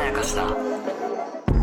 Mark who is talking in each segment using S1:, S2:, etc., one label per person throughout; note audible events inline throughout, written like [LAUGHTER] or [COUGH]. S1: やかしだ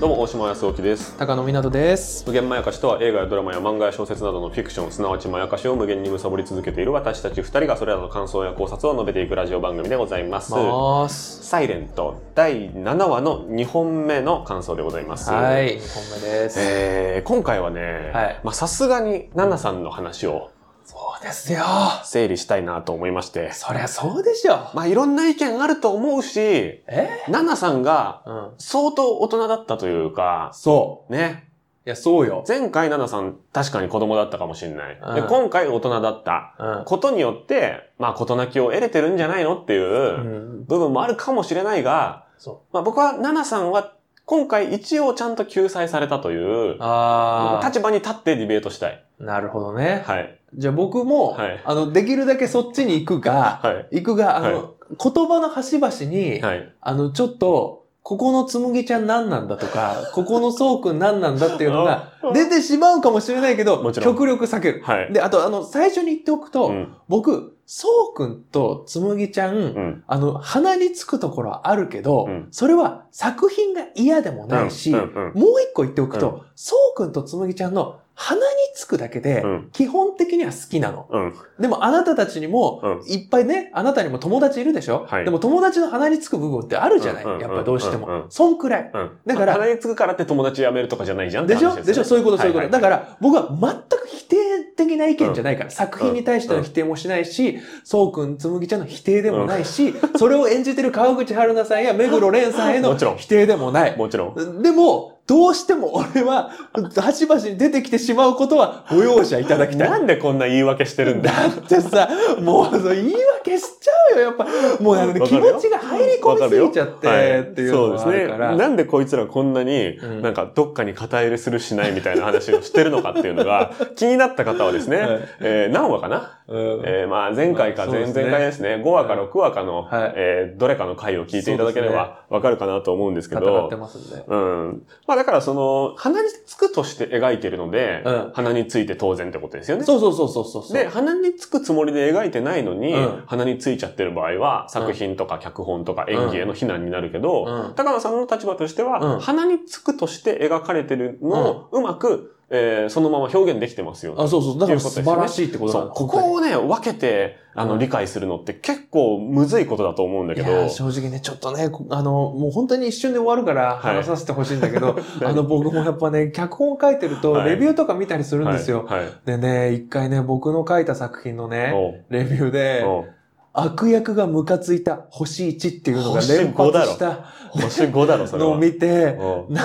S2: どうも大島康之です
S3: 高野湊です。
S2: 無限まやかしとは映画やドラマや漫画や小説などのフィクションすなわちまやかしを無限に貪り続けている私たち2人がそれらの感想や考察を述べていくラジオ番組でございます
S3: ます。
S2: サイレント第7話の2本目の感想でございます
S3: はい、二本目です。
S2: えー今回はね
S3: はい
S2: まあさすがに奈々さんの話を
S3: そうですよ。
S2: 整理したいなと思いまして
S3: そりゃそうでしょ。
S2: まあいろんな意見あると思うし
S3: え？
S2: 奈々さんが
S3: うん。
S2: 相当大人だったというか
S3: そ
S2: ね
S3: う。いやそうよ。
S2: 前回奈々さん確かに子供だったかもしれない、で
S3: うん
S2: 今回大人だった
S3: うん。
S2: ことによってまあ事なきを得れてるんじゃないのっていう
S3: うん。
S2: 部分もあるかもしれないが、
S3: そ
S2: まあ、僕は奈々さんは今回一応ちゃんと救済されたという
S3: う。ああ。
S2: 立場に立ってディベートしたい。
S3: なるほどね。
S2: はい。
S3: じゃあ僕も、
S2: はい
S3: あのできるだけそっちに行くが、
S2: は
S3: 行くがあの、言葉の端々に、
S2: い。はい。
S3: あのちょっと。ここのつむぎちゃん何なんだと
S2: [LAUGHS]
S3: か、ここのそうくん何なんだっていうのが
S2: あ
S3: 出てしまうかもしれないけど、
S2: もちろん
S3: 極力避ける。
S2: はい。
S3: で、あと、あの、最初に言っておくと、
S2: うん。
S3: 僕、そうくんとつむぎちゃん、
S2: うん。
S3: あの、鼻につくところはあるけど、
S2: うん
S3: それは作品が嫌でもないし、
S2: うんうん
S3: もう一個言っておくと、そうくんとつむぎちゃんの鼻につくだけで、
S2: うん
S3: 基本的には好きなの。
S2: うん。
S3: でもあなたたちにも、
S2: うん
S3: いっぱいね、あなたにも友達いるでしょ、
S2: はい
S3: でも友達の鼻につく部分ってあるじゃない、
S2: うんうんうん
S3: やっぱどうしても。
S2: うんうん
S3: そんくらい。
S2: うん。
S3: だから
S2: まあ鼻につくからって友達辞めるとかじゃないじゃんって
S3: でしょ
S2: 話
S3: でしょそういうこと、そういうこと。だ
S2: ら、
S3: から、僕は全く否定的な意見じゃないから、作品に対しての否定もしないし、そうくん、つむぎちゃんの否定でもないし、 [LAUGHS] それを演じてる川口春奈さんや目黒蓮さんへの
S2: もちろん
S3: 否定でもない。
S2: もちろん。
S3: でも、どうしても俺は、端々に出てきてしまうことはご容赦いただきた
S2: [LAUGHS]
S3: い。
S2: なんでこんな言い訳してるんだ
S3: だってさ、もうその言い訳しちゃうよ、やっぱ。もうあのね
S2: わ
S3: 気
S2: かるよ
S3: 持ちが入り込みすぎちゃって、っていうの
S2: そうで
S3: が
S2: すね。
S3: あるから。
S2: なんでこいつらこんなに、
S3: うん
S2: なんかどっかに肩入れするしないみたいな話をしてるのかっていうの
S3: [LAUGHS]
S2: が気になった方はですね、
S3: はい
S2: えー何話かな、
S3: うん
S2: えーまあ前回か
S3: まあそう
S2: 前々
S3: ですね
S2: 回ですね、5話か6話かの、
S3: はい
S2: えーどれかの回を聞いていただければわかるかなと思うんですけ
S3: 戦っ
S2: ど
S3: て、ますんで。
S2: うん。まあだからその、鼻につくとして描いてるので、
S3: うん
S2: 鼻について当然ってことですよね。
S3: そうそうそうそうそうそう。
S2: で、鼻につくつもりで描いてないのに、
S3: うん
S2: 鼻についちゃってる場合は、作品とか脚本とか演技への非難になるけど、
S3: うん
S2: 高野さんの立場としては、
S3: うん
S2: 鼻につくとして描かれてるのを、うまく、えーそのまま表現できてますよ、
S3: あ、そうそう。だから
S2: ということです
S3: 素
S2: よね
S3: 晴らしいってこと
S2: そ
S3: だ
S2: うここをね、分けて、あの、
S3: うん
S2: 理解するのって結構むずいことだと思うんだ
S3: い
S2: け
S3: や
S2: ど
S3: ー、正直ね、ちょっとね、こあの、もう本当に一瞬で終わるから
S2: [LAUGHS] はい
S3: 話させてほしいんだけど、
S2: 何
S3: あの、僕もやっぱね、脚本書いてると、
S2: はい
S3: レビューとか見たりするんですよ。
S2: はい。はい
S3: でね、一回ね、僕の書いた作品のね、
S2: おう
S3: レビューで、
S2: おう
S3: 悪役がムカついた星1っていうのが
S2: 星
S3: 連
S2: 五
S3: 発
S2: だろ
S3: した
S2: 星5だろ、それ
S3: [LAUGHS] のを
S2: は。
S3: 見て、
S2: おう
S3: な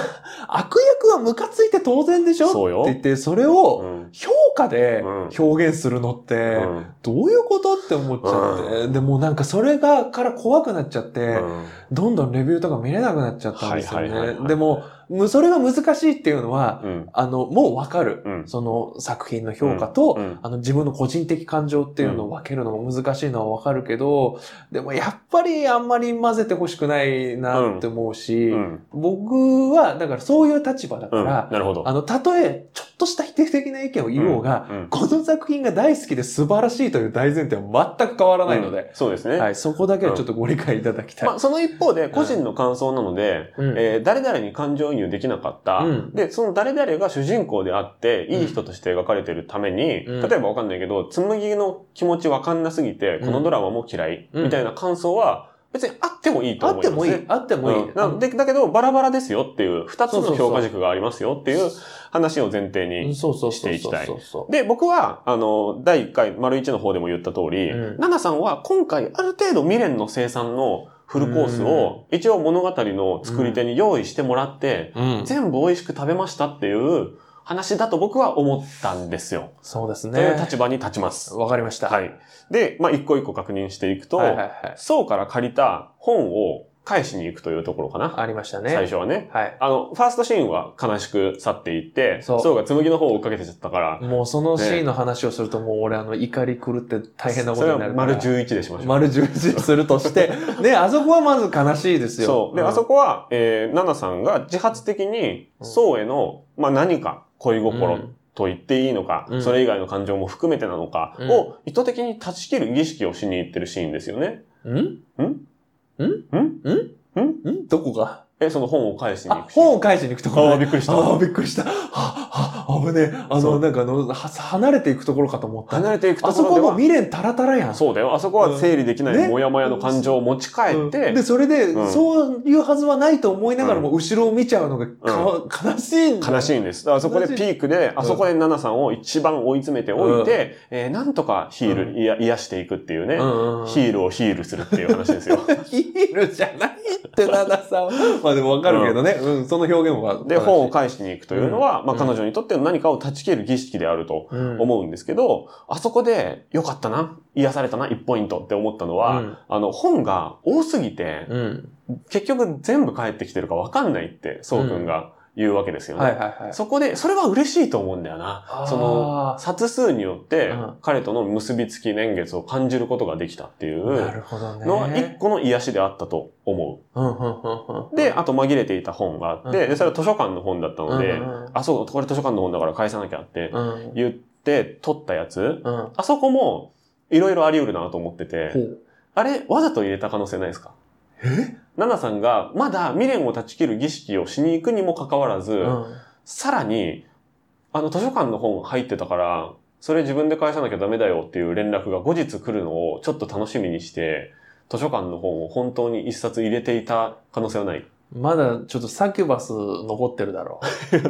S3: 悪役はムカついて当然でし
S2: そうよ
S3: ょって言って、それを
S2: うん
S3: 評価で
S2: う
S3: 表現するのって、
S2: うん
S3: どういうことって思っちゃって、でもうなんかそれがから怖くなっちゃって、
S2: うん
S3: どんどんレビューとか見れなくなっちゃったんですよ
S2: はいはいはいはい
S3: ね。でも、むそれが難しいっていうのは、
S2: うん
S3: あの、もうわかる。
S2: うん
S3: その作品の評価と、
S2: うん
S3: あの自分の個人的感情っていうのを分けるのが難しいのはわかるけど、でもやっぱりあんまり混ぜてほしくないなって思うし、
S2: うん
S3: 僕は、だからそういう立場だか
S2: うん
S3: ら
S2: な、るほど。
S3: あの、たとえちょっとした否定的な意見を言おうが、
S2: うんうん
S3: この作品が大好きで素晴らしいという大前提は全く変わらないので、
S2: そうですね。
S3: はい、そこだけはちょっとご理解いただきたい。
S2: まあ、その一方で、個人の感想なので、
S3: うん
S2: えー誰々に感情移入できなかった、
S3: うん
S2: で、その誰々が主人公であって、いい人として描かれてるために、
S3: うん
S2: 例えばわかんないけど、紬の気持ちわかんなすぎて、
S3: うん
S2: このドラマも嫌い、
S3: うん
S2: みたいな感想は、別にあってもいいと
S3: あ
S2: 思
S3: っ
S2: い
S3: て
S2: ま
S3: も
S2: す
S3: い
S2: ね
S3: い。。あってもいい。
S2: うんなんでだけど、バラバラですよっていう、二つ
S3: そうそ
S2: の
S3: うそう
S2: 評価軸がありますよっていう話を前提
S3: うん
S2: に。
S3: そうそう
S2: し
S3: そ
S2: て
S3: う
S2: いき
S3: そ
S2: たいう
S3: そう。
S2: で、僕は、あの、第1回、丸1の方でも言った通り、
S3: うん
S2: 奈々さんは今回ある程度未練の生産のフルコースを、一応物語の作り手に用意してもらって、
S3: うん、
S2: 全部美味しく食べましたっていう話だと僕は思ったんですよ。
S3: そうです
S2: という
S3: ね。
S2: 立場に立ちます。
S3: わかりました。。
S2: はいい。で、まあ、一個一個確認していくと、
S3: はいはいはい。
S2: そうから借りた本を返しに行くというところかな。
S3: ありましたね。
S2: 最初はね。
S3: はい。
S2: あの、ファーストシーンは悲しく去っていって、
S3: そう
S2: そうが紬の方を追っかけてちゃったから、
S3: もうそのシーンの話をすると、もう俺あの怒り狂って大変なこ
S2: それ
S3: と
S2: は
S3: にな
S2: 丸
S3: るから。
S2: 11でしましょう。
S3: 丸十字すると [LAUGHS] して、ね、あそこはまず悲しいですよ。
S2: そう。で、あそ
S3: こ。
S2: こは、えー、ナナさんが自発的に、
S3: うん
S2: そうへの、まあ何か、恋心と言っていいのか、
S3: うん
S2: それ以外の感情も含めてなのか
S3: うん
S2: を意図的に断ち切る儀式をしに行ってるシーンですよね。
S3: うん
S2: ん
S3: んどこが
S2: え、その本を返しに
S3: あ
S2: 行く、シーン。
S3: 本を返しに行くと
S2: あ
S3: ころ
S2: あ、び
S3: ね。
S2: っくりし
S3: ああ、
S2: た。
S3: びっくりした。あ、あ、危ねえ。あ
S2: そう
S3: の、なんかあの、は離れていくところかと思った。
S2: 離れていくと
S3: あ
S2: こ
S3: そ
S2: ろ
S3: こ
S2: で
S3: も
S2: は
S3: 未練タラタラやん。
S2: そうだよ。あそこは整理できな
S3: うん
S2: い
S3: ね
S2: モヤモヤの感情を持ち帰
S3: うん
S2: って、
S3: で、それで、
S2: うん
S3: そういうはずはないと思いながらも、後ろを見ちゃうのがか、悲しいんだよ
S2: 悲しいんです。だからそこで
S3: 悲しい
S2: ピークで、あそこでナナさんを一番追い詰めておいて、えーなんとかヒール、
S3: うん
S2: いや癒していくっていうね、
S3: うんうん
S2: ヒールをヒールするっていう話ですよ。
S3: ヒールじゃないって、ナナさんは。 [LAUGHS] まあでもわかるけどね。うん、その表現は。 [LAUGHS]
S2: で、本を返しに行くというのは、
S3: うん
S2: まあ
S3: うん
S2: 彼女にとっての何かを断ち切る儀式であると
S3: うん
S2: 思うんですけど、あそこで良かったな、癒されたな、1ポイントって思ったのは、あの本が多すぎて、
S3: うん。
S2: 結局全部返ってきてるかわかんないって、そうくんが言うわけですよね。
S3: はいはいはい。
S2: そこで、それは嬉しいと思うんだよな
S3: あ。ー
S2: その、冊数によって
S3: うん、
S2: 彼との結びつき年月を感じることができたっていう
S3: なるほどね。
S2: のは一個の癒しであったと思
S3: うんうんうんうん
S2: う。で、あと紛れていた本があっ
S3: う
S2: て、
S3: ん
S2: で、それは図書館の本だったので
S3: うんうんう、ん
S2: あ、そう、これ図書館の本だから返さなきゃって
S3: うん。
S2: 言って取ったやつ、
S3: うん。
S2: あそこもいろいろあり得るなと思ってて
S3: ほ、う。
S2: あれ、わざと入れた可能性ないですか
S3: え
S2: ナナさんがまだ未練を断ち切る儀式をしに行くにもかかわらず、
S3: うん。
S2: さらに、あの図書館の本入ってたから、それ自分で返さなきゃダメだよっていう連絡が後日来るのをちょっと楽しみにして、図書館の本を本当に一冊入れていた可能性はない
S3: まだちょっとサキュバス残ってるだろ う。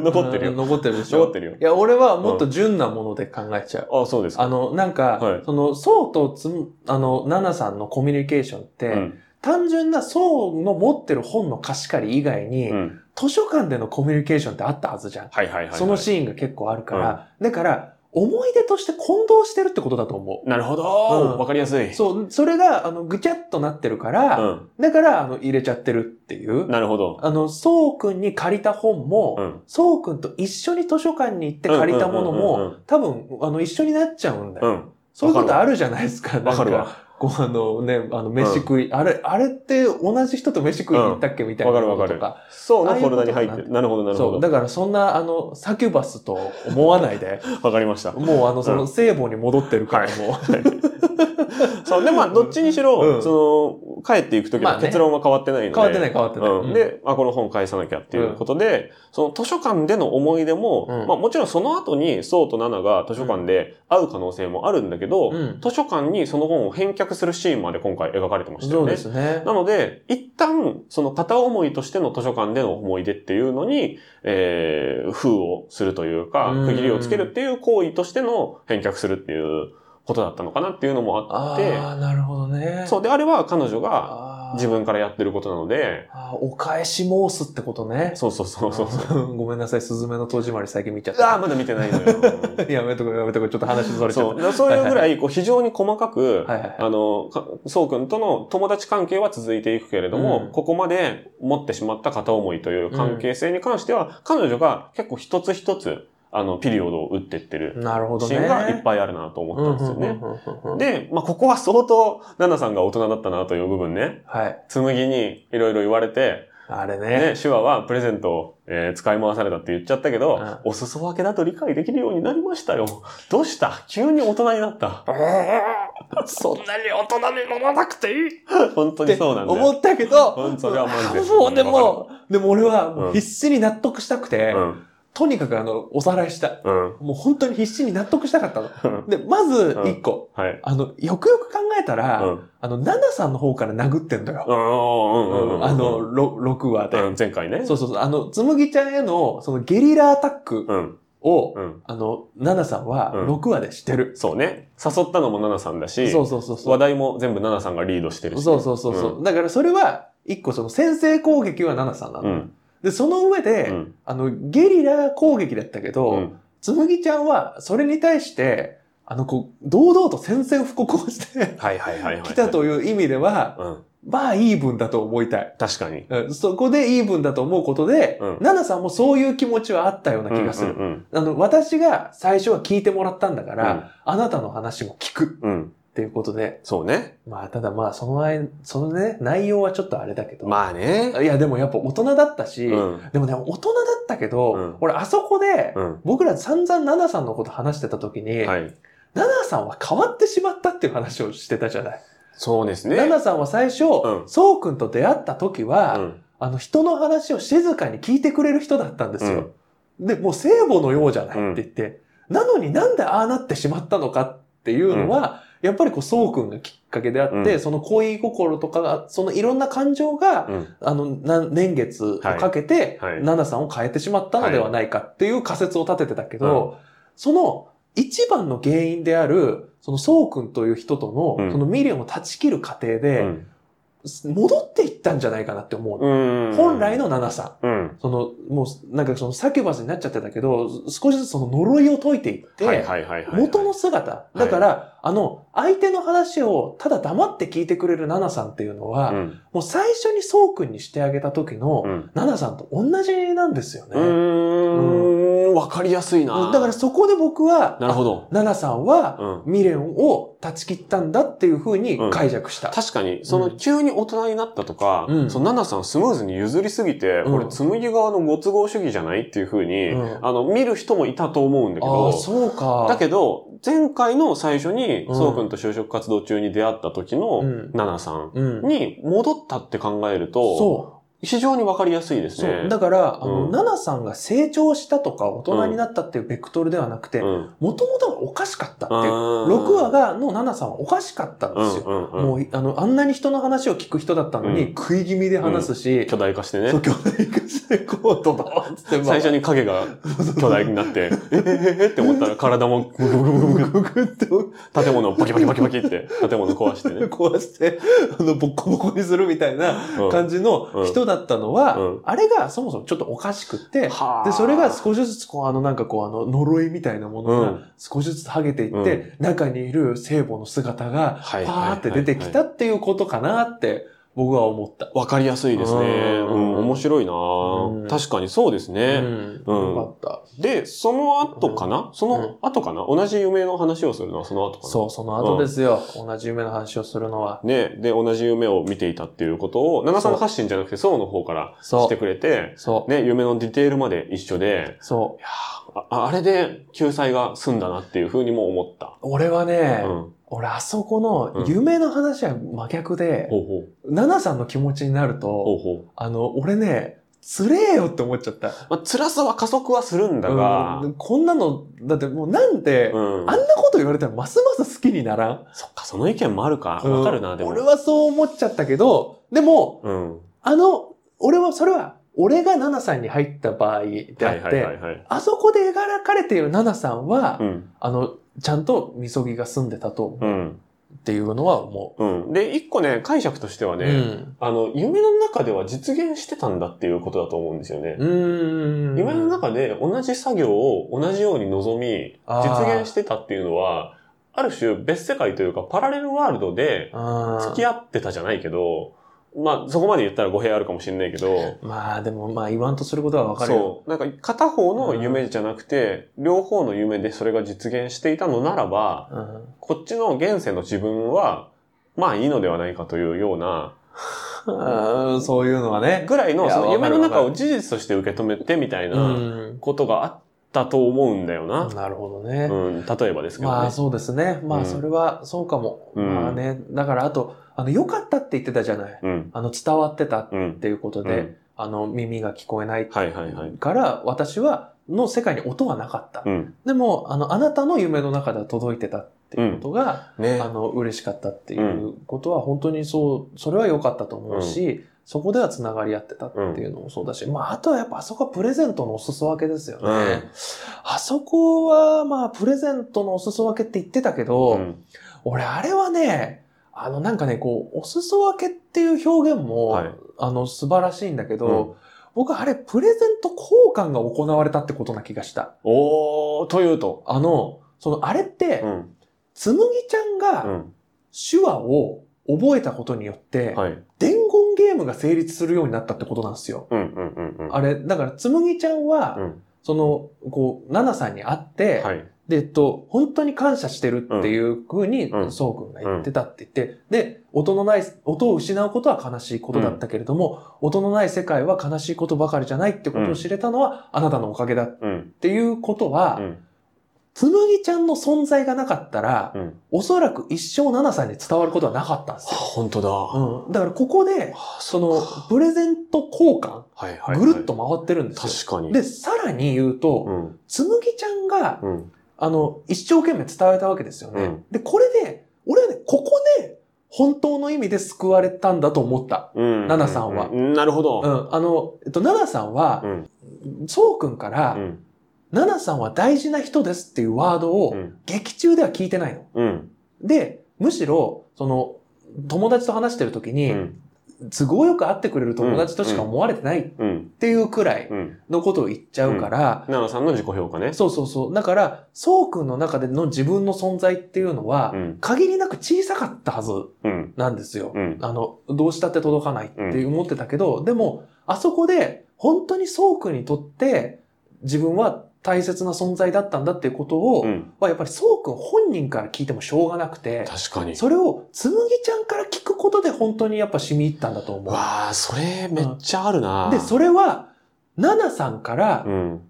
S2: [LAUGHS] 残ってる
S3: うん
S2: よ。
S3: [LAUGHS] 残ってるでしょ。
S2: 残ってるよ。
S3: いや、俺はもっと純なもので考えちゃう。
S2: あ、そうですか。
S3: あの、なんか、
S2: はい
S3: その、そうとつむ、あの、ナナさんのコミュニケーションって、
S2: うん。
S3: 単純なそうの持ってる本の貸し借り以外に、
S2: うん。
S3: 図書館でのコミュニケーションってあったはずじゃん。
S2: はいはいはい、はい。
S3: そのシーンが結構あるから、だから、思い出として混同してるってことだと思
S2: なるほど
S3: う
S2: わ
S3: ん、
S2: かりやす
S3: う。
S2: い。
S3: そう、それが、あの、ぐちゃっとなってるから、
S2: う
S3: だから、あの、入れちゃってるっていう。
S2: ん。なるほど。
S3: あの、そうくんに借りた本も、
S2: うん。
S3: そうくんと一緒に図書館に行って借りたもの
S2: うんうんうんう
S3: も、多分、あの、一緒になっちゃうんだよ。
S2: うん。
S3: そういうことあるじゃないですか。
S2: わかる
S3: なん
S2: わ。
S3: ご飯のね、あの、飯食い、あれ、あれって同じ人と飯食いに行ったっけ、みたいな
S2: わかるわ
S3: こ
S2: か
S3: と
S2: る
S3: とか。
S2: そう
S3: あ
S2: の
S3: あいう
S2: フォ
S3: こと
S2: ル
S3: だ
S2: ダ
S3: な
S2: に入ってる。なるほどなる
S3: そ
S2: ほ
S3: う。
S2: ど。
S3: だからそんな、あの、サキュバスと思わな
S2: [LAUGHS]
S3: いで、
S2: わかりました。
S3: もうあの、そうの、聖母に戻ってるから、もう。
S2: そう。で、まあ、どっちにしろ、
S3: うん
S2: その、帰っていくとき
S3: まあ
S2: の
S3: ね
S2: 結論は変わってないので。
S3: [LAUGHS] 変わってない変わってない。
S2: うん、で、あ、この本返さなきゃっていうことで、その図書館での思い出も、
S3: うん
S2: まあもちろんその後に、そうとナナが図書館で会う可能性もあるんだけど、
S3: うん
S2: 図書館にその本を返却するシーンまで今回描かれてました
S3: そ
S2: よ
S3: うで
S2: ね。
S3: すね。
S2: なので、一旦、その片思いとしての図書館での思い出っていうのに、えー、封をするというか、
S3: うん
S2: 区切りをつけるっていう行為としての返却するっていうことだったのかなっていうのもあっ
S3: あ
S2: て、
S3: あ、なるほどね。
S2: そうであれば彼女が
S3: あー
S2: 自分からやってることなので、
S3: あーお返し申すってことね。
S2: そうそうそう
S3: [LAUGHS]
S2: そう。
S3: ごめんなさい、スズメの戸締まり最近見ちゃっ
S2: ああ、
S3: た。
S2: まだ見てないのよ。
S3: [LAUGHS] やめとこやめとこちょっと話それち
S2: [LAUGHS]
S3: ゃ
S2: そう
S3: っ
S2: だからそういうぐらい、こう、非常に細かく、
S3: た。はいはいはい。
S2: あの、かそうくんとの友達関係は続いていくけれども、
S3: うん
S2: ここまで持ってしまった片思いという関係性に関しては、彼女が結構一つ一つ、あの、ピリオドを打ってってる
S3: なるほど
S2: シ
S3: ね。
S2: ーンがいっぱいあるなと思ったんですよね。
S3: うんうんうんうんうん
S2: で、まあ、ここは相当、ナナさんが大人だったなという部分ね、
S3: はい。
S2: 紬にいろいろ言われて、
S3: あれね。
S2: ね、手話はプレゼントを、えー使い回されたって言っちゃったけど、
S3: うん
S2: お裾分けだと理解できるようになりましたよ。どうした急に大人になった。
S3: そんなに大人にならなくていいっ
S2: 本当に
S3: て
S2: そうなんだ
S3: 思
S2: よ。
S3: ったけど、
S2: うんそれはマジで
S3: もうで
S2: わ
S3: も、でも俺
S2: う
S3: は
S2: ん
S3: 必死に納得したくて
S2: う、ん。
S3: とにかくあの、おさらいした。
S2: うん。
S3: もう本当に必死に納得したかったの。
S2: うん
S3: で、まず一個。
S2: はい。
S3: あの、よくよく考えた
S2: う
S3: ら、
S2: ん。うん
S3: あの、ナナさんの方から殴ってんだよ。
S2: うんうんうんうん。
S3: あの、、ろ6話で。
S2: うん、前回ね。
S3: そうそうそう。あの、つむぎちゃんへの、そのゲリラアタック
S2: うん。
S3: を、
S2: うん。
S3: あの、ナナさんは
S2: うん
S3: 6話でしてる。
S2: そうね。誘ったのもナナさんだし、
S3: そうそうそうそ
S2: 話
S3: う。
S2: 題も全部ナナさんがリードしてるし。
S3: そうそうそうそう。だからそれは、一個その先制攻撃はナナさんなの。
S2: ん。
S3: で、その上で、
S2: うん。
S3: あの、ゲリラ攻撃だったけ
S2: う
S3: ど、
S2: ん。
S3: つむぎちゃんは、それに対して、あの、こう、堂々と宣戦布告を
S2: [LAUGHS]
S3: して、
S2: はいはいはいはい。
S3: 来た。という意味では、
S2: うん。
S3: まあ、イーブンだと思いたい。
S2: 確かに。
S3: うんそこでイーブンだと思うことで、
S2: うん
S3: ナナさんもそういう気持ちはあったような気がする。
S2: うんうん
S3: あの、私が最初は聞いてもらったんだか
S2: うん。
S3: ら、あなたの話も聞く。
S2: うん。
S3: っていうことで、
S2: そうね。
S3: まあ、ただまあ、その間、そのね、内容はちょっとあれだけど、
S2: まあね。
S3: いや、でもやっぱ大人だったし、
S2: うん。
S3: でもね、大人だったけど、
S2: うん
S3: 俺、あそこで、
S2: うん。
S3: 僕ら散々ナナさんのこと話してた時に、
S2: はい。
S3: ナナさんは変わってしまったっていう話をしてたじゃない。
S2: そうですね。
S3: ナナさんは最初、
S2: ん
S3: そうくんと出会った時は、
S2: うん。
S3: あの人の話を静かに聞いてくれる人だったんですよ。で、もう聖母のようじゃないって言って、なのになんでああなってしまったのかっていうのは、やっぱりこう、そうくんがきっかけであって、
S2: うん
S3: その恋心とかが、そのいろんな感情が、
S2: うん。
S3: あの、な年月をかけて、
S2: はいはい
S3: ナナさんを変えてしまったのではないかっていう仮説を立ててたけど、その一番の原因である、そのそうくんという人との、
S2: うん
S3: その未練を断ち切る過程
S2: う
S3: で、
S2: ん
S3: 戻っていったんじゃないかなって思うの。
S2: うん。
S3: 本来のナナさん。
S2: うん。
S3: その、もう、なんかその、サキュバスになっちゃってたけど、少しずつその呪いを解いていって、
S2: はいはいはいはい。
S3: 元の姿。だから、あの、相手の話をただ黙って聞いてくれるナナさんっていうのは、
S2: うん。
S3: もう最初にそうくんにしてあげた時の、
S2: うん。
S3: ナナさんと同じなんですよ
S2: う
S3: ね。
S2: ーん。わかりやすいな。
S3: だからそこで僕は、
S2: なるほど。
S3: あナナさんは、
S2: うん。
S3: 未練を断ち切ったんだっていうふうに解釈した。
S2: 確かに、その急に大人になったとか、
S3: うん
S2: その奈々さんスムーズに譲りすぎて、
S3: うん
S2: これ紬側のご都合主義じゃないっていうふうに、
S3: うん
S2: あの、見る人もいたと思うんだけ
S3: ああ、
S2: ど、
S3: そうか。
S2: だけど、前回の最初に、
S3: うん
S2: そうくんと就職活動中に出会った時の
S3: うん
S2: 奈々さん
S3: うん。
S2: に戻ったって考えると、
S3: そう。
S2: 非常にわかりやすいです
S3: そ
S2: ね。
S3: う。だから、あ
S2: う
S3: の、
S2: ん
S3: ナナさんが成長したとか、大人になったっていうベクトルではなくて、
S2: うん。
S3: もともとがおかしかったっていう。6
S2: 6
S3: 話が、のナナさんはおかしかったん
S2: う
S3: で
S2: ん
S3: すよ。
S2: うんうん、
S3: もう、あの、あんなに人の話を聞く人だったのに、
S2: う
S3: 食い気味で話すし、
S2: 巨大化してね
S3: そう、。巨大化してこうとドーンっつって、
S2: 最初
S3: に
S2: に影が巨大になって、 [LAUGHS] えへへへって思ったら体もブクブクブクブク
S3: ググって
S2: 建物をバキバキバキバキって、建物壊してね。
S3: 壊して、あの、ボッコボコにするみたいな感じの人だったのは、
S2: うんうん
S3: あれがそもそもちょっとおかしくって、
S2: は
S3: で、それが少しずつ、こう、あの、なんかこう、あの、呪いみたいなもの
S2: う
S3: が
S2: ん
S3: 少しずつ剥げていって、中にいる聖母の姿が、パ
S2: はいはいはいはい
S3: ーって出てきたっていうことかなって、僕は思った。
S2: わかりやすいですね。
S3: うん
S2: うん、面白いな、
S3: ん
S2: 確かにそうですね、
S3: う。
S2: うんん
S3: よかっ
S2: で、その後かなその後かな、同じ夢の話をするのはその後か
S3: た。
S2: な
S3: そう、その後ですよ。同じ夢の話をするのは。
S2: ね、で、同じ夢を見ていたっていうことを、奈々さんの発信じゃなくて、そうの方から
S3: そ
S2: して
S3: う。
S2: くれて、
S3: そう。
S2: ね、夢のディテールまで一緒で、
S3: そう。
S2: ああれで救済が済んだなっていうふうにも思った。
S3: 俺はね、
S2: うん。
S3: 俺あそこの夢の話は真逆で、
S2: ほうほう。
S3: ナナさんの気持ちになる
S2: ほ
S3: と、
S2: うほう。
S3: あの、俺ね、つれえよって思っちゃった。
S2: まあ、辛さは加速はするんだが、
S3: うんこんなの、だってもうなんで、
S2: うん。
S3: あんなこと言われたらますます好きにならん。
S2: そっか、その意見もあるか。わかるな、
S3: うん
S2: でも。
S3: 俺はそう思っちゃったけど、でも、
S2: うん。
S3: あの、俺は、それは、俺がナナさんに入った場合であって、
S2: はいはいはいはい。
S3: あそこで描かれているナナさんは、
S2: うん。
S3: あの、ちゃんとみそぎが住んでたと思う
S2: うん。
S3: っていうのは思
S2: うん。で、一個ね、解釈としては
S3: う。
S2: ね、
S3: うん。
S2: あの、夢の中では実現してたんだっていうことだと思うんですよね。
S3: うん。
S2: 夢の中で同じ作業を同じように望み、
S3: あー、
S2: 実現してたっていうのは、ある種別世界というかパラレルワールドで
S3: うん
S2: 付き合ってたじゃないけど、まあそこまで言ったら語弊あるかもしれないけど、
S3: まあでもまあ言わんとすることはわかるよ。
S2: そう。なんか片方の夢じゃなくて、両方の夢でそれが実現していたのならば、
S3: うん。
S2: こっちの現世の自分は、まあいいのではないかというような、
S3: あーそういうのはね。
S2: ぐらい
S3: い
S2: の、
S3: や
S2: その
S3: わか
S2: 夢
S3: る
S2: の中を事実として受け止めてみたいなことがあったと思うんだよな。
S3: なるほどね。
S2: うん、例えばですけどね。
S3: まあそうですね。ま
S2: う
S3: あ
S2: ん
S3: それはそうかも。
S2: うん
S3: まあね、だからあと、あの、良かったって言ってたじゃない。
S2: うん、
S3: あの、伝わってたっ
S2: うん。
S3: ていうこと
S2: う
S3: で、
S2: ん
S3: あの、耳が聞こえない
S2: はいはいはい。
S3: から、私は、の世界に音はなかった。
S2: うん。
S3: でも、あの、あなたの夢の中では届いてたっていうことが、
S2: ね
S3: あ。の、嬉しかったっていうことは、本当にそう、それは良かったと思うし、そこでは繋がり合ってたっていうのもそうだし、まあ、あとはやっぱあそこはプレゼントのお裾分けですよね。
S2: うん
S3: あそこは、まあ、プレゼントのお裾分けって言ってたけど、
S2: うん
S3: 俺、あれはね、あの、なんかね、こう、お裾分けっていう表現も、
S2: はい
S3: あの、素晴らしいんだけど、
S2: うん
S3: 僕、あれ、プレゼント交換が行われたってことな気がした。
S2: おー、というと。
S3: あの、その、あれって、
S2: うん。
S3: つむぎちゃん
S2: う
S3: が
S2: ん。
S3: 手話を覚えたことによって、
S2: はい。
S3: 伝言ゲームが成立するようになったってことなんですよ。
S2: うんうんうんうん。
S3: あれ、だから、つむぎちゃんは、
S2: うん。
S3: その、こう、ナナさんに会って、
S2: はい。
S3: で、えっと、本当に感謝してるっていうふうに、
S2: うん
S3: そうくんが言ってたって言って、で、音のない、音を失うことは悲しいことだったけれども、音のない世界は悲しいことばかりじゃないってことを知れたのは、あなたのおかげだっ
S2: うん。
S3: ていうことは、
S2: うん。
S3: つむぎちゃんの存在がなかったら、
S2: うん。
S3: おそらく一生ナナさんに伝わることはなかったんですよ。
S2: 本当だ。は
S3: うん、だからここで、
S2: あ
S3: その、プレゼント交換、
S2: いはい。
S3: ぐるっと。回ってるんですよ。
S2: 確かに。
S3: で、さらに言うと、
S2: うん。
S3: つむぎちゃんが、
S2: うん。
S3: あの、一生懸命伝えたわけですよね。
S2: うん
S3: で、これで、俺はね、ここで、本当の意味で救われたんだと思った。
S2: うん。
S3: ナナさんは
S2: うんなるほ
S3: う
S2: ど。
S3: ん。あの、えっと、ナナさんは
S2: う、ん。
S3: そうくんから、
S2: うん。
S3: ナナさんは大事な人ですっていうワードを、
S2: うん。
S3: 劇中では聞いてないの。
S2: うん。
S3: で、むしろ、その、友達と話してる時に、
S2: うん。
S3: 都合よく会ってくれる友達としか思われてないっ
S2: うん。
S3: ていうくらい
S2: うん。
S3: のことを言っちゃうから、
S2: ナナさんの自己評価ね。
S3: そうそうそう。だから、そうくんの中での自分の存在っていうのは、
S2: うん。
S3: 限りなく小さかったはず
S2: うん。
S3: なんですよ。
S2: うん。
S3: あの、どうしたって届かないって思ってたけど、でも、あそこで、本当にそうくんにとって、自分は大切な存在だったんだっていうことを、
S2: うん。
S3: まあやっぱりそうくん本人から聞いてもしょうがなくて、
S2: 確かに。
S3: それをつむぎちゃんから聞くことで本当にやっぱ染み入ったんだと思う。
S2: わあ、それめっちゃあるな。
S3: で、それは、ナナさんから
S2: う、ん。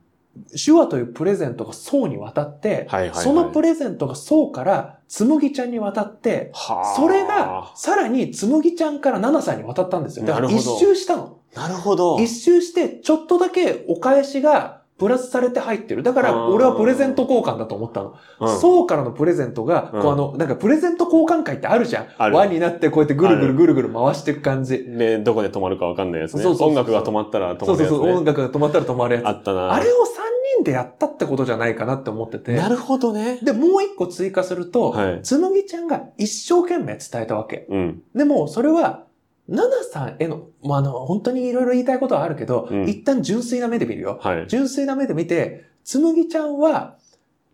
S3: 手話というプレゼントが層に渡って、
S2: はいはいはい
S3: そのプレゼントが層からつむぎちゃんに渡って、
S2: はあ。
S3: それが、さらにつむぎちゃんからナナさんに渡ったんですよ。だから
S2: なる
S3: 一
S2: ほど
S3: 周したの。
S2: なるほど。
S3: 一周して、ちょっとだけお返しがプラスされて入ってる。だか
S2: あ
S3: ら、
S2: ー
S3: 俺はプレゼント交換だと思ったの。
S2: うん
S3: 層からのプレゼントが、
S2: うん
S3: こうあの、なんかプレゼント交換会ってあるじゃん。
S2: ある
S3: 輪になってこうやってぐるぐ
S2: あ
S3: る
S2: る
S3: ぐるぐる回していく感じ。
S2: で、どこで止まるかわかんないやつね。
S3: そうそうそう
S2: 音楽が止まったら止
S3: そ
S2: まる
S3: うそ
S2: や
S3: う
S2: つ、ね。
S3: そう。音楽が止まったら止まる
S2: あ
S3: や
S2: った
S3: つ。
S2: な。
S3: あれを3人でやったってことじゃないかなって思ってて。
S2: なるほどね。
S3: で、もう一個追加すると、
S2: はい
S3: つむぎちゃんが一生懸命伝えたわけ。
S2: うん。
S3: でも、それは、ナナさんへの、まあ、あの、本当にいろいろ言いたいことはあるけど、
S2: うん
S3: 一旦純粋な目で見るよ。
S2: はい。
S3: 純粋な目で見て、つむぎちゃんは、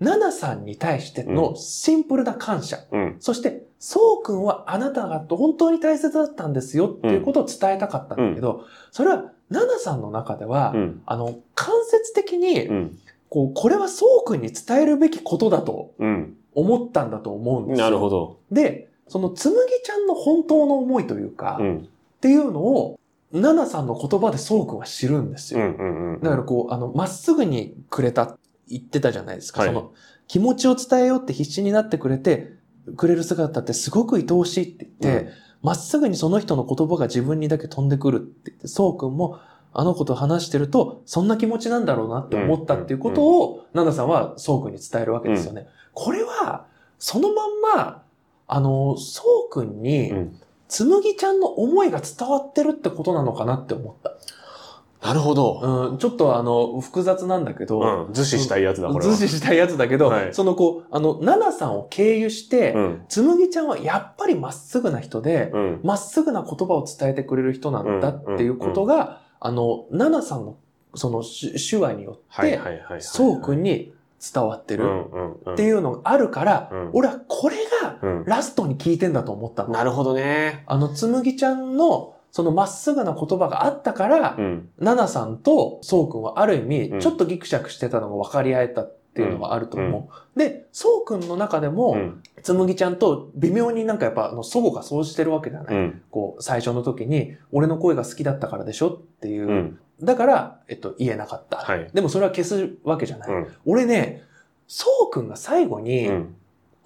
S3: ナナさんに対してのシンプルな感謝。
S2: うん。
S3: そして、そうくんはあなたが本当に大切だったんですよっていうことを伝えたかったんだけど、それは、ナナさんの中では、
S2: うん。
S3: あの、間接的に、
S2: うん。
S3: こう、これはそうくんに伝えるべきことだと
S2: うん。
S3: 思ったんだと思うんですよ。
S2: なるほど。
S3: で、そのつむぎちゃんの本当の思いというか、
S2: う
S3: っ
S2: ん。
S3: ていうのを、ナナさんの言葉でそうくんは知るんです
S2: う
S3: よ。
S2: ん。うん。うん。
S3: だからこう、あの、まっすぐにくれた、言ってたじゃないですか。
S2: はい
S3: その、気持ちを伝えようって必死になってくれて、くれる姿ってすごく愛おしいって言って、ま、っすぐにその人の言葉が自分にだけ飛んでくるって言って、そうくんも、あの子と話してると、そんな気持ちなんだろうなって思ったっていうことを、ナナさんはそうくんに伝えるわけですよね。これは、そのまんま、あの、そうくんに、
S2: うん
S3: つむぎちゃんの思いが伝わってるってことなのかなって思った。
S2: なるほど。
S3: うん、ちょっとあの、複雑なんだけど、
S2: うん。図示したいやつだ、これは。
S3: 図示したいやつだけど、
S2: はい
S3: そのこう、あの、ナナさんを経由して、
S2: うん。
S3: つむぎちゃんはやっぱりまっすぐな人で、
S2: うん。
S3: まっすぐな言葉を伝えてくれる人なんだっていうことが、あの、ナナさんのその手手話によっ
S2: はい
S3: て、
S2: はいはい。
S3: そうく
S2: に
S3: んに伝わって
S2: う
S3: る
S2: んうんうん。
S3: っていうのがあるから、
S2: うん
S3: 俺はこれが
S2: うん。
S3: ラストに聞いてんだと思ったの。
S2: なるほどね。
S3: あの、つむぎちゃんのそのまっすぐな言葉があったから、
S2: うん。
S3: ナナさんとそうくんはある意
S2: う
S3: 味、
S2: ん
S3: ちょっとギクシャクしてたのが分かり合えたっていうのがあると思う。で、そうくんの中で
S2: う
S3: も、
S2: ん。
S3: つむぎちゃんと微妙になんかやっぱ、あの、祖母がそうしてるわけじゃな
S2: う
S3: い。
S2: ん。
S3: こう、最初の時に、俺の声が好きだったからでしょっていう。
S2: うん。
S3: だから、えっと、言えなかった。
S2: はい
S3: でもそれは消すわけじゃない。
S2: うん
S3: 俺ね、そうくんが最後に、
S2: うん。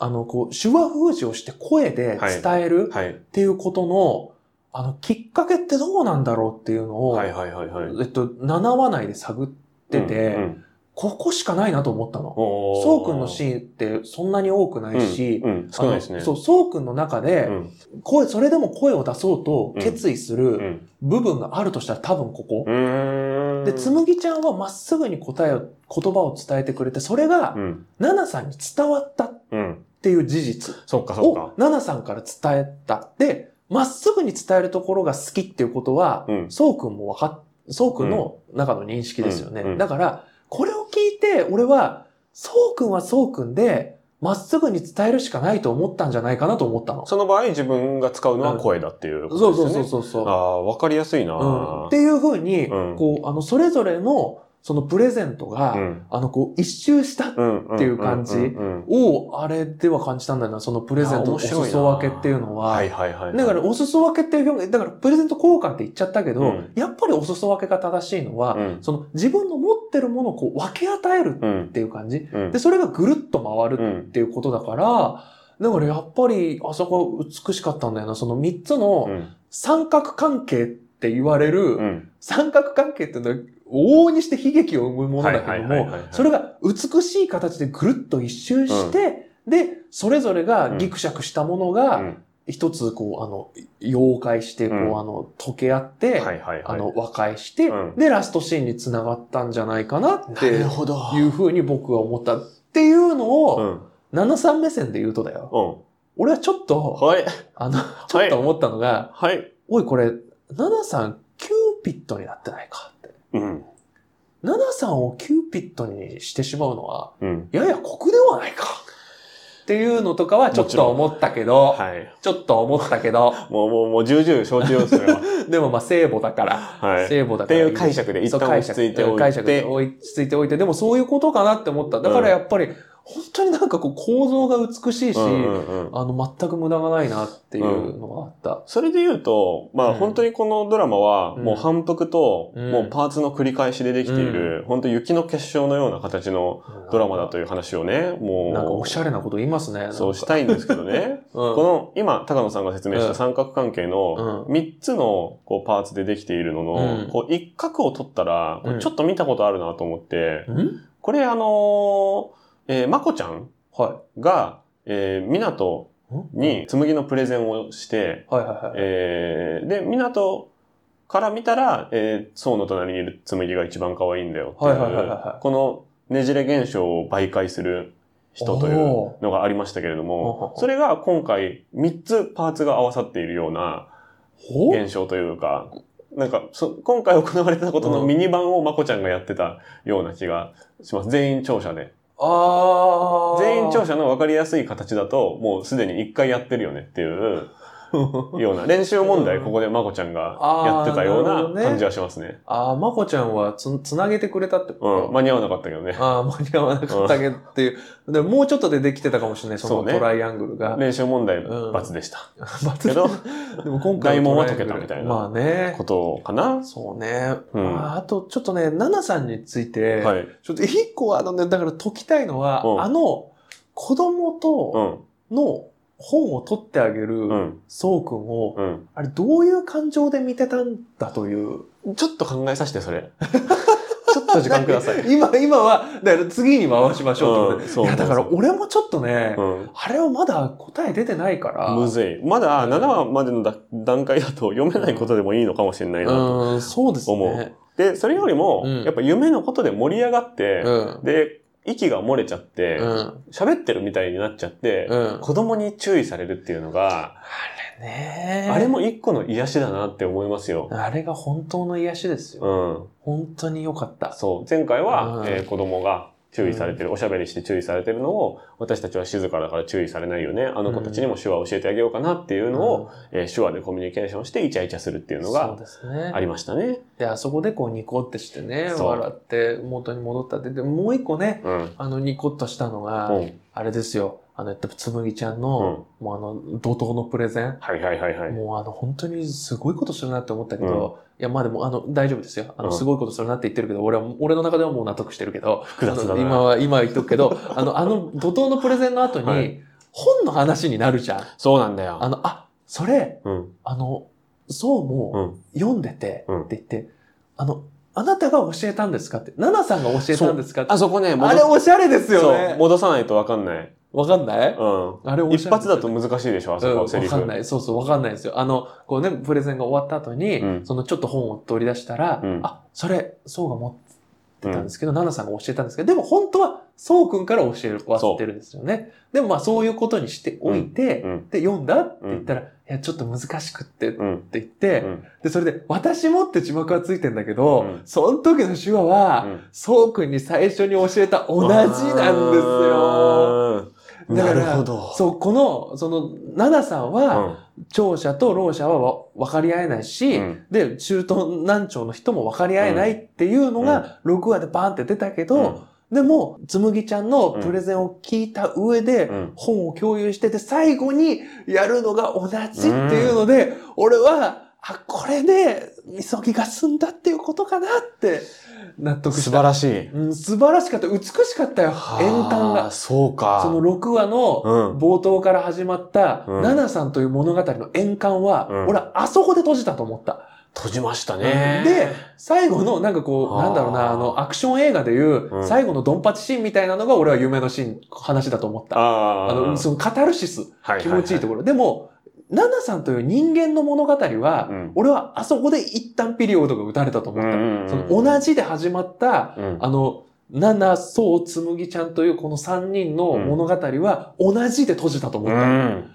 S3: あの、こう、手話封じをして声で伝えるっ
S2: はい。
S3: ていうことの、あの、きっかけってどうなんだろうっていうのを、
S2: はいはいはいはい。
S3: えっと、7話内で探ってて、
S2: うんうん
S3: ここしかないなと思ったの。
S2: おー
S3: そうくんのシーンってそんなに多くないし、
S2: うんうん少ないです
S3: あ
S2: ね。
S3: のそう、そうくんの中で、
S2: うん。
S3: 声、それでも声を出そうと決意す
S2: う
S3: る
S2: ん。
S3: 部分があるとしたら多分ここ。
S2: うーん。
S3: で、つむぎちゃんはまっすぐに答えを、言葉を伝えてくれて、それが
S2: う、ん。
S3: ナナさんに伝わったっ
S2: うん。
S3: ていう事実
S2: そっかそっ
S3: を
S2: か。、
S3: ナナさんから伝えた。で、まっすぐに伝えるところが好きっていうことは、
S2: うん。
S3: そうくんもわかっ、そうくんの中の認識ですよね。
S2: うんうん
S3: だから、これを聞いて、俺は、そうくんはそうくんで、まっすぐに伝えるしかないと思ったんじゃないかなと思ったの。
S2: その場合自分が使うのは声だっていうこ
S3: そ
S2: と
S3: う
S2: です
S3: そ
S2: よ
S3: う
S2: ね。
S3: そうそうそう。
S2: ああ、わかりやすいな、
S3: うん、っていうふうに、
S2: うん
S3: こう、あの、それぞれの、そのプレゼントが、
S2: うん
S3: あの、こう、一周した
S2: うん
S3: っていう感じ
S2: んうんうん
S3: を、あれでは感じたんだよな、そのプレゼントのお
S2: 面白いな
S3: 裾分けっていうのは。
S2: はいはいはいはい。
S3: だから、お裾分けっていう表現、だから、プレゼント交換って言っちゃったけど、
S2: うん
S3: やっぱりお裾分けが正しいのは、
S2: うん
S3: その自分の持ってるものをこう分け与える
S2: うん
S3: っていう感じ。
S2: うん
S3: で、それがぐるっと回
S2: う
S3: る
S2: ん
S3: っていうことだから、だからやっぱり、あそこ美しかったんだよな。その3つ
S2: う
S3: の
S2: ん
S3: 三角関係って言われ
S2: う
S3: る、
S2: ん
S3: 三角関係っていうのは往々にして悲劇を生むものだけど
S2: はいはいはい
S3: も
S2: はいはい、
S3: それが美しい形でぐるっと一周して、で、それぞれがギクシャクしたもの
S2: う
S3: が、
S2: ん
S3: 一つ、こう、あの、溶解して、こう、
S2: うん
S3: あの、溶け合っ
S2: はい
S3: て、
S2: はいはい
S3: あの、和解して、
S2: うん
S3: で、ラストシーンに繋がったんじゃないかなって
S2: なる
S3: い
S2: ほど。
S3: うふうに僕は思ったっていうの
S2: う
S3: を、
S2: ん。
S3: 七三目線で言うとだよ。
S2: うん。
S3: 俺はちょっと、
S2: はい。
S3: あの、 [LAUGHS] ちょっと思ったのが、
S2: はい。
S3: おいこれ、七三キューピットになってないかって。
S2: うん。
S3: 七三をキューピットにしてしまうのは、
S2: うん。
S3: やや酷ではないか。っていうのとかはちょっと思ったけど、
S2: はい。
S3: ちょっと思ったけど、
S2: もう、もう、もう、重々承知をすれば。
S3: [LAUGHS] でもまあ聖母だから、
S2: はい。
S3: 聖母だ
S2: っ
S3: か
S2: て
S3: ら
S2: い
S3: いい。
S2: う解釈で一
S3: そう
S2: 旦
S3: 解
S2: 落ち
S3: 釈
S2: 着いてお
S3: 解
S2: い
S3: 釈で
S2: て。
S3: 落ち着いておいて、でもそういうことかなって思った。だからやっぱり、本当になんかこう構造が美しいし、
S2: うんうんうん
S3: あの、全く無駄がないなっていうのがあった。
S2: それで言うと、まあ
S3: うん
S2: 本当にこのドラマは、
S3: うん
S2: もう反復と、
S3: うん
S2: もうパーツの繰り返しでできている、本当雪の結晶のような形のドラマだという話をね、もう、
S3: なんかおしゃれなこと言いますね。なんか
S2: そうしたいんですけどね。
S3: うん
S2: この、今、高野さんが説明し
S3: うん
S2: た三角関係の
S3: う
S2: 3つのこうパーツでできているのの、
S3: うん
S2: こう一角を取ったら、こ
S3: うん
S2: れちょっと見たことあるなと思って、
S3: ん
S2: これあのー、えーまこちゃん
S3: は
S2: が、えー、港
S3: い。
S2: に紬のプレゼンをして、
S3: はいはいはい。
S2: えーで、港から見たら、えー、層の隣にいる紬が一番可愛いんだよっていう、
S3: はいはいはいはいはい
S2: このねじれ現象を媒介する人というのがありましたけれど
S3: お
S2: も、
S3: ー
S2: それが今回3つパーツが合わさっているような
S3: ほう
S2: 現象というか、なんかそ、今回行われたことのミニ版をまこちゃんがやってたような気がします。全員聴者で。
S3: あー
S2: 全員聴者の分かりやすい形だと、もうすでに1回やってるよねっていうような練習問題、ここでまこちゃんがやってたよ
S3: あーなる
S2: う
S3: ほど
S2: な
S3: ね
S2: 感じはしますね。
S3: あー、まこちゃんはつ、つなげてくれたって
S2: うん、
S3: こ
S2: 間に合わなかったけどね
S3: と。ああ、間に合わなかったけどっていう。でもうちょっとでできてたかもしれない、そ
S2: そう
S3: の
S2: ね
S3: トライアングル [LAUGHS] が。
S2: 練習問題
S3: うん
S2: 罰でした。
S3: 罰
S2: けど、
S3: でも今回
S2: 大門は
S3: トライア
S2: 解け
S3: ングル
S2: たみたいな
S3: まあね
S2: こ。とかな。
S3: そうね。
S2: うん
S3: まああと、ちょっとね、ナナさんについて、
S2: はい。
S3: ちょっと一個あのね、だから解きたいのは、
S2: うん
S3: あの、子供
S2: う
S3: と
S2: ん、
S3: の本を取ってあげ
S2: う
S3: る、
S2: ん、
S3: そうくんを、
S2: うん。
S3: あれ、どういう感情で見てたんだという。
S2: ちょっと考えさせて、それ。ちょっと時間ください。うん
S3: [LAUGHS] 今、今は、だから次に回しましょうってことで
S2: そう
S3: いや、だから俺もちょっとね、
S2: うん。
S3: あれはまだ答え出てないから。
S2: むずい。まだ
S3: うん
S2: 7話までのだ段階だと読めないことでもいいのかもしれないなと。
S3: うん、そうですね。
S2: 思で、それよりも
S3: うん、
S2: やっぱ夢のことで盛り上がって
S3: う、ん。
S2: で、息が漏れちゃって
S3: う、ん。
S2: 喋ってるみたいになっちゃって、
S3: うん。
S2: 子供に注意されるっていうのが、
S3: ねえ
S2: あれ。も一個の癒しだなって思いますよ。
S3: あれが本当の癒しですよ。
S2: うん。
S3: 本当に良かった。
S2: そう。前回は、
S3: うん、
S2: えー子供が注意されてる、おしゃべりして注意されてるのを、私たちは静かだから注意されないよね。あの子たちにも手話を教えてあげようかなっていうのを、えー手話でコミュニケーションしてイチャイチャするっていううんの
S3: そう
S2: が
S3: ですね
S2: あ。りましたね。
S3: で、あそこでこうニコってしてね、
S2: そう
S3: 笑って元に戻ったって。で、もう一個ね、
S2: うん。
S3: あのニコっとしたのが、
S2: うん。
S3: あれですよ。あの、やっぱつむぎちゃんの、もうあの、怒涛のプレゼン。
S2: はいはいはいはい。
S3: もうあの、本当にすごいことするなって思ったけど、いや、まあでも、あの、大丈夫ですよ。あの、
S2: うん
S3: すごいことするなって言ってるけど、俺は、俺の中ではもう納得してる
S2: [LAUGHS]
S3: けど、
S2: 複雑
S3: あ
S2: だ
S3: の
S2: な。
S3: 今は、今は言っとくけど、あの、あの、怒涛のプレゼンの後に、
S2: はい
S3: 本の話になるじゃん。
S2: そうなんだ
S3: あ
S2: よ。
S3: の、あ、それ、
S2: うん。
S3: あの、そ
S2: う
S3: うも
S2: ん。
S3: 読んでて、
S2: うん
S3: って言って、あの、あなたが教えたんですかって、ナナさんが教えたんですかって、
S2: あそこね、
S3: あれ
S2: 戻
S3: おしゃれですよ
S2: そう
S3: ね。
S2: 戻さないとわかんない。
S3: わかんない
S2: うん。
S3: あれおしゃれです
S2: 一
S3: よね
S2: 発だと難しいでしょ、あそこ、
S3: うん
S2: セリフ。
S3: わかんない。そうそう、わかんないですよ。あの、こうね、プレゼンが終わった後に、
S2: うん
S3: そのちょっと本を取り出したら、
S2: うん
S3: あ、それ、そうが持ってた
S2: う
S3: ん
S2: ん
S3: ですけど、ナナさんが教えたんですけど、でも本当は、そうくんから教え忘ってるんですよね。でもまあ、そういうことにしておいて、
S2: うん
S3: で、読んだって言ったら、いや、ちょっと難しくって、って
S2: うん。
S3: 言って、
S2: うん
S3: で、それで、私もって字幕はついてんだけど、
S2: うん
S3: その時の手話
S2: う
S3: は、
S2: ん
S3: そうくんに最初に教えた同じなんですよ。
S2: よ。
S3: だか
S2: な
S3: ら
S2: るほど。
S3: そう、この、その、ナナさんは、長者と老者はわ分かり合えないし、
S2: うん
S3: で、中東南朝の人も分かり合えないっていうのが、6話でバーンって出たけ
S2: うん、
S3: ど、でも、つむぎちゃんのプレゼンを聞いた上で
S2: う、ん、
S3: 本を共有してて、最後にやるのが同じっていうので、俺は、あ、これで、みそぎが済んだっていうことかなって、納得
S2: 素
S3: し
S2: 晴
S3: た。
S2: らしい。
S3: うん素晴らしかった。美しかったよ。円
S2: は
S3: 端
S2: あ
S3: が。
S2: そうか。
S3: その6話の
S2: うん。
S3: 冒頭から始まった、
S2: うん
S3: ナナさんという物語の円環は、
S2: うん
S3: 俺はあそこで閉じたと思った。
S2: 閉じましたね。
S3: で、最後のなんかこう、
S2: はあ
S3: なんだろうな、あの、アクション映画でいう
S2: う、ん
S3: 最後のドンパチシーンみたいなのが俺は夢のシーン、話だと思った。
S2: あ
S3: あの、そのカタルシス。
S2: の
S3: 気持ちいいところ。でも、ナナさんという人間の物語は、
S2: うん
S3: 俺はあそこで一旦ピリオドが打たれたと思った。その同じで始まった、
S2: うん
S3: あの、ナナ、ソウ、つむぎちゃんというこの3人の物語は同じで閉じたと思
S2: う
S3: った。
S2: ん。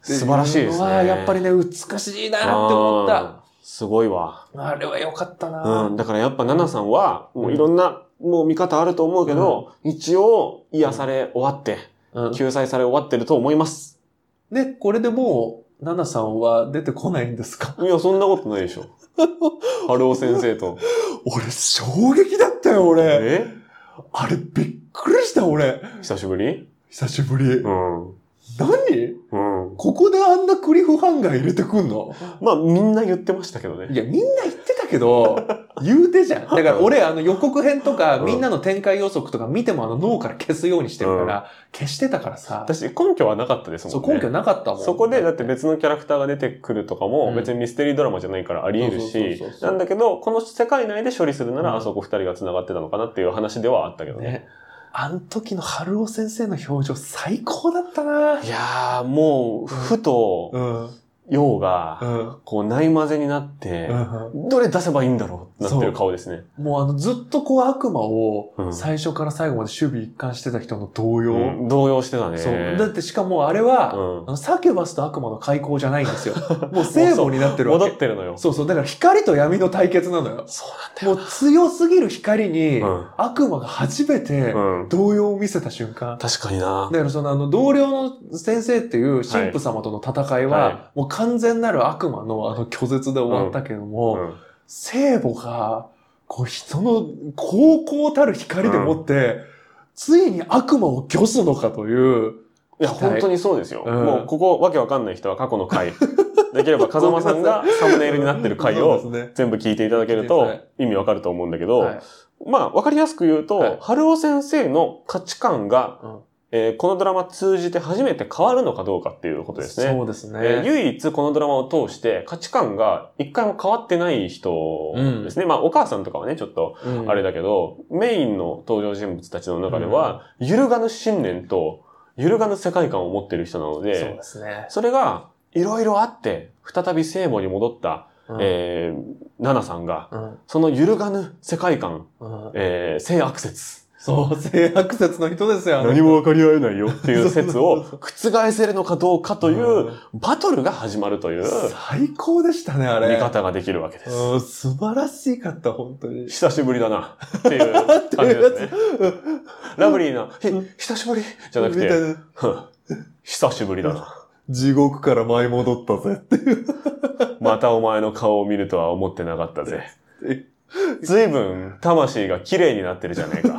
S2: 素晴らしいですね。
S3: はやっぱりね、美しいなって思った。
S2: うん。すごいわ。
S3: あれは良かったな、
S2: うん。だからやっぱ、ナナさんは、もういろんな、もう見方あると思うけど、一応、癒され終わって、
S3: うん
S2: 救済され終わってると思います。
S3: で、これでもう、ナナさんは出てこないんですか [LAUGHS]
S2: いや、そんなことないでしょ。春尾先生と。
S3: 俺、衝撃だったよ、俺。
S2: え
S3: あれ、びっくりした、俺。
S2: 久しぶり
S3: 久しぶり。
S2: うん。う
S3: 何
S2: ん。
S3: ここであんなクリフハンガー入れてくんの
S2: まあ、みんな言ってましたけどね
S3: い。や、みんな言ってたけど、 [LAUGHS] 言うてじゃん。だから俺、あの予告編とか、
S2: うん
S3: みんなの展開予測とか見てもあの脳から消すようにしてるから、消してたからさ、
S2: 私、根拠はなかったですも
S3: そ
S2: ん
S3: う
S2: ね。
S3: 根拠なかったもん。
S2: そこでだって別のキャラクターが出てくるとか
S3: う
S2: も
S3: ん
S2: 別にミステリードラマじゃないからあり得るし
S3: そうそうそう、そう
S2: なんだけど、この世界内で処理するな
S3: うん
S2: らあそこ二人が繋がってたのかなっていう話ではあったけどね。
S3: ね。あの時の春尾先生の表情最高だったない
S2: やー、もう、ふと、
S3: ん。
S2: 陽
S3: う
S2: が、
S3: ん。
S2: こう、ない混ぜになって、どれ出せばいいんだろうなっていう顔ですね。
S3: もうあのずっとこう悪魔を
S2: うん
S3: 最初から最後まで守備一貫してた人の動揺。
S2: うん動揺してたね。
S3: そう。だってしかもあれは、
S2: うん
S3: あのサキュバスと悪魔の開口じゃないんですよ。もう聖母になってるわ
S2: 戻っ
S3: け。
S2: てるのよ。
S3: そうそう。だから光と闇の対決なのよ。
S2: そう
S3: もう強すぎる光に、
S2: うん
S3: 悪魔が初めて
S2: なんだよ。うん。
S3: 動揺を見せた瞬間。
S2: 確かにな。
S3: だからそのあの同僚の先生っていう神父様との戦いは、
S2: は
S3: もう完全なる悪魔のあの拒絶で終わったけども、
S2: うん
S3: 聖母が、こう人の高校たる光でもって、ついに悪魔を拒すのかという、
S2: いや、
S3: 期待
S2: 本当にそうですよ。
S3: うん
S2: もう、ここ、わけわかんない人は過去の [LAUGHS] 回。できれば、風間さんがサムネイルになってる回
S3: そ
S2: を
S3: うですね
S2: 全部聞いていただける
S3: は
S2: と
S3: い
S2: 意味わかると思うんだけど、
S3: はい
S2: まあ、わかりやすく言うと、
S3: はい
S2: 春尾先生の価値観が、
S3: うん
S2: えーこのドラマ通じて初めて変わるのかどうかっていうことですね。
S3: そうですね。
S2: えー唯一このドラマを通して価値観が一回も変わってない人ですね。まあお母さんとかはね、ちょっと
S3: うん
S2: あれだけど、メインの登場人物たちの中では、揺るがぬ信念と揺るがぬ世界観を持ってる人なの
S3: そう
S2: で
S3: で、すね。
S2: それがいろいろあって、再び聖母に戻った、
S3: うん
S2: えー、ナナさんが、
S3: うん
S2: その揺るがぬ世界観、
S3: うん
S2: えー、性悪説。
S3: そう、性悪説の人ですよ。あの
S2: も分かり合えないよって
S3: [LAUGHS]
S2: いう説
S3: そう
S2: を覆せるのかどうかと
S3: う
S2: いうんバトルが始まるという
S3: 最高でしたね、あれ。
S2: 見方ができるわけです。
S3: うん素晴らしかった、本当に。
S2: 久しぶりだなっていう
S3: [LAUGHS]
S2: 感じですね。ラブリーな、ひ
S3: うん
S2: 久しぶりじゃなく
S3: みたい
S2: て、
S3: な
S2: ふん久しぶりだな。
S3: 地獄から舞い戻ったぜって。
S2: またお前の顔を見るとは思ってなかったぜ
S3: え。
S2: 随分魂が綺麗になってるじゃないか。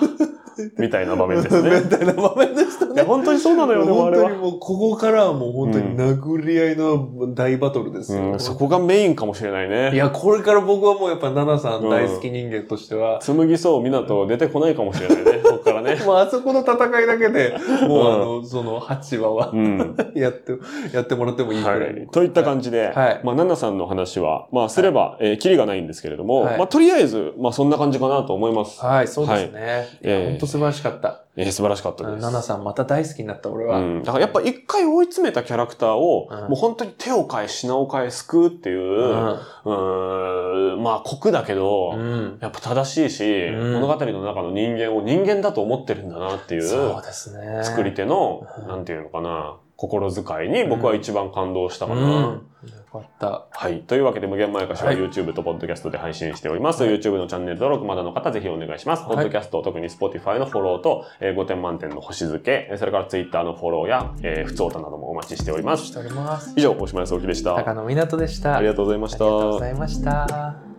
S2: みたいな場面
S3: [LAUGHS]
S2: ですね。
S3: みたいな場面でした
S2: いや、
S3: ね。
S2: 本当にそうなのよね、もうあ
S3: 本
S2: れ
S3: 当
S2: は
S3: に。もう、ここからはもう本当に殴り合いの大バトルです
S2: う
S3: よ
S2: ん、。そこがメインかもしれない
S3: い
S2: ね。
S3: や、これから僕はもうやっぱ、ナナさん大好き人間としては、
S2: 紬そう、湊出てこないかもしれない
S3: [LAUGHS]
S2: ね、こっからね。
S3: もうあそこの戦いだけで、もうあ
S2: う
S3: の、その8話は
S2: うん。
S3: やって、やってもらってもいいくら
S2: はいい。
S3: 僕。
S2: といった感じで、
S3: はい
S2: まあ、ナナさんの話は、まあ、すれば、えーキリがないんですけれども、
S3: はい
S2: まあ、とりあえず、まあ、そんな感じかなと思います。
S3: はい、そうですね。い
S2: え
S3: や、
S2: え
S3: 本当素晴らしかった。
S2: えー素晴らしかったです。
S3: ナナさんまた大好きになった、俺は。
S2: うん、だからやっぱ一回追い詰めたキャラクターを、
S3: うん
S2: もう本当に手を変え品を変え救うっていう、
S3: う
S2: うんーんまあ酷だけど、
S3: うん。
S2: やっぱ正しいし、
S3: うん
S2: 物語の中の人間を人間だと思ってるんだなっていう
S3: そうですね。
S2: 作り手の
S3: う、ん
S2: なんていうのかな、心遣いに僕は一番感動したかな。
S3: うんよかった。
S2: はい。というわけで、無限前歌詞は
S3: はい
S2: YouTube と Podcast で配信しております。
S3: はい
S2: YouTube のチャンネル登録まだの方、ぜひお願いします。
S3: はい
S2: Podcast、特に Spotify のフォローと、えー5点満点の星付け、えーそれから Twitter のフォローや、えー、普通歌などもお待ちしておりま
S3: し
S2: す。
S3: ております。
S2: 以上、大島康之でした。
S3: 高野湊斗でした。
S2: ありがとうございま
S3: あ
S2: し
S3: り
S2: た。
S3: がとうございました。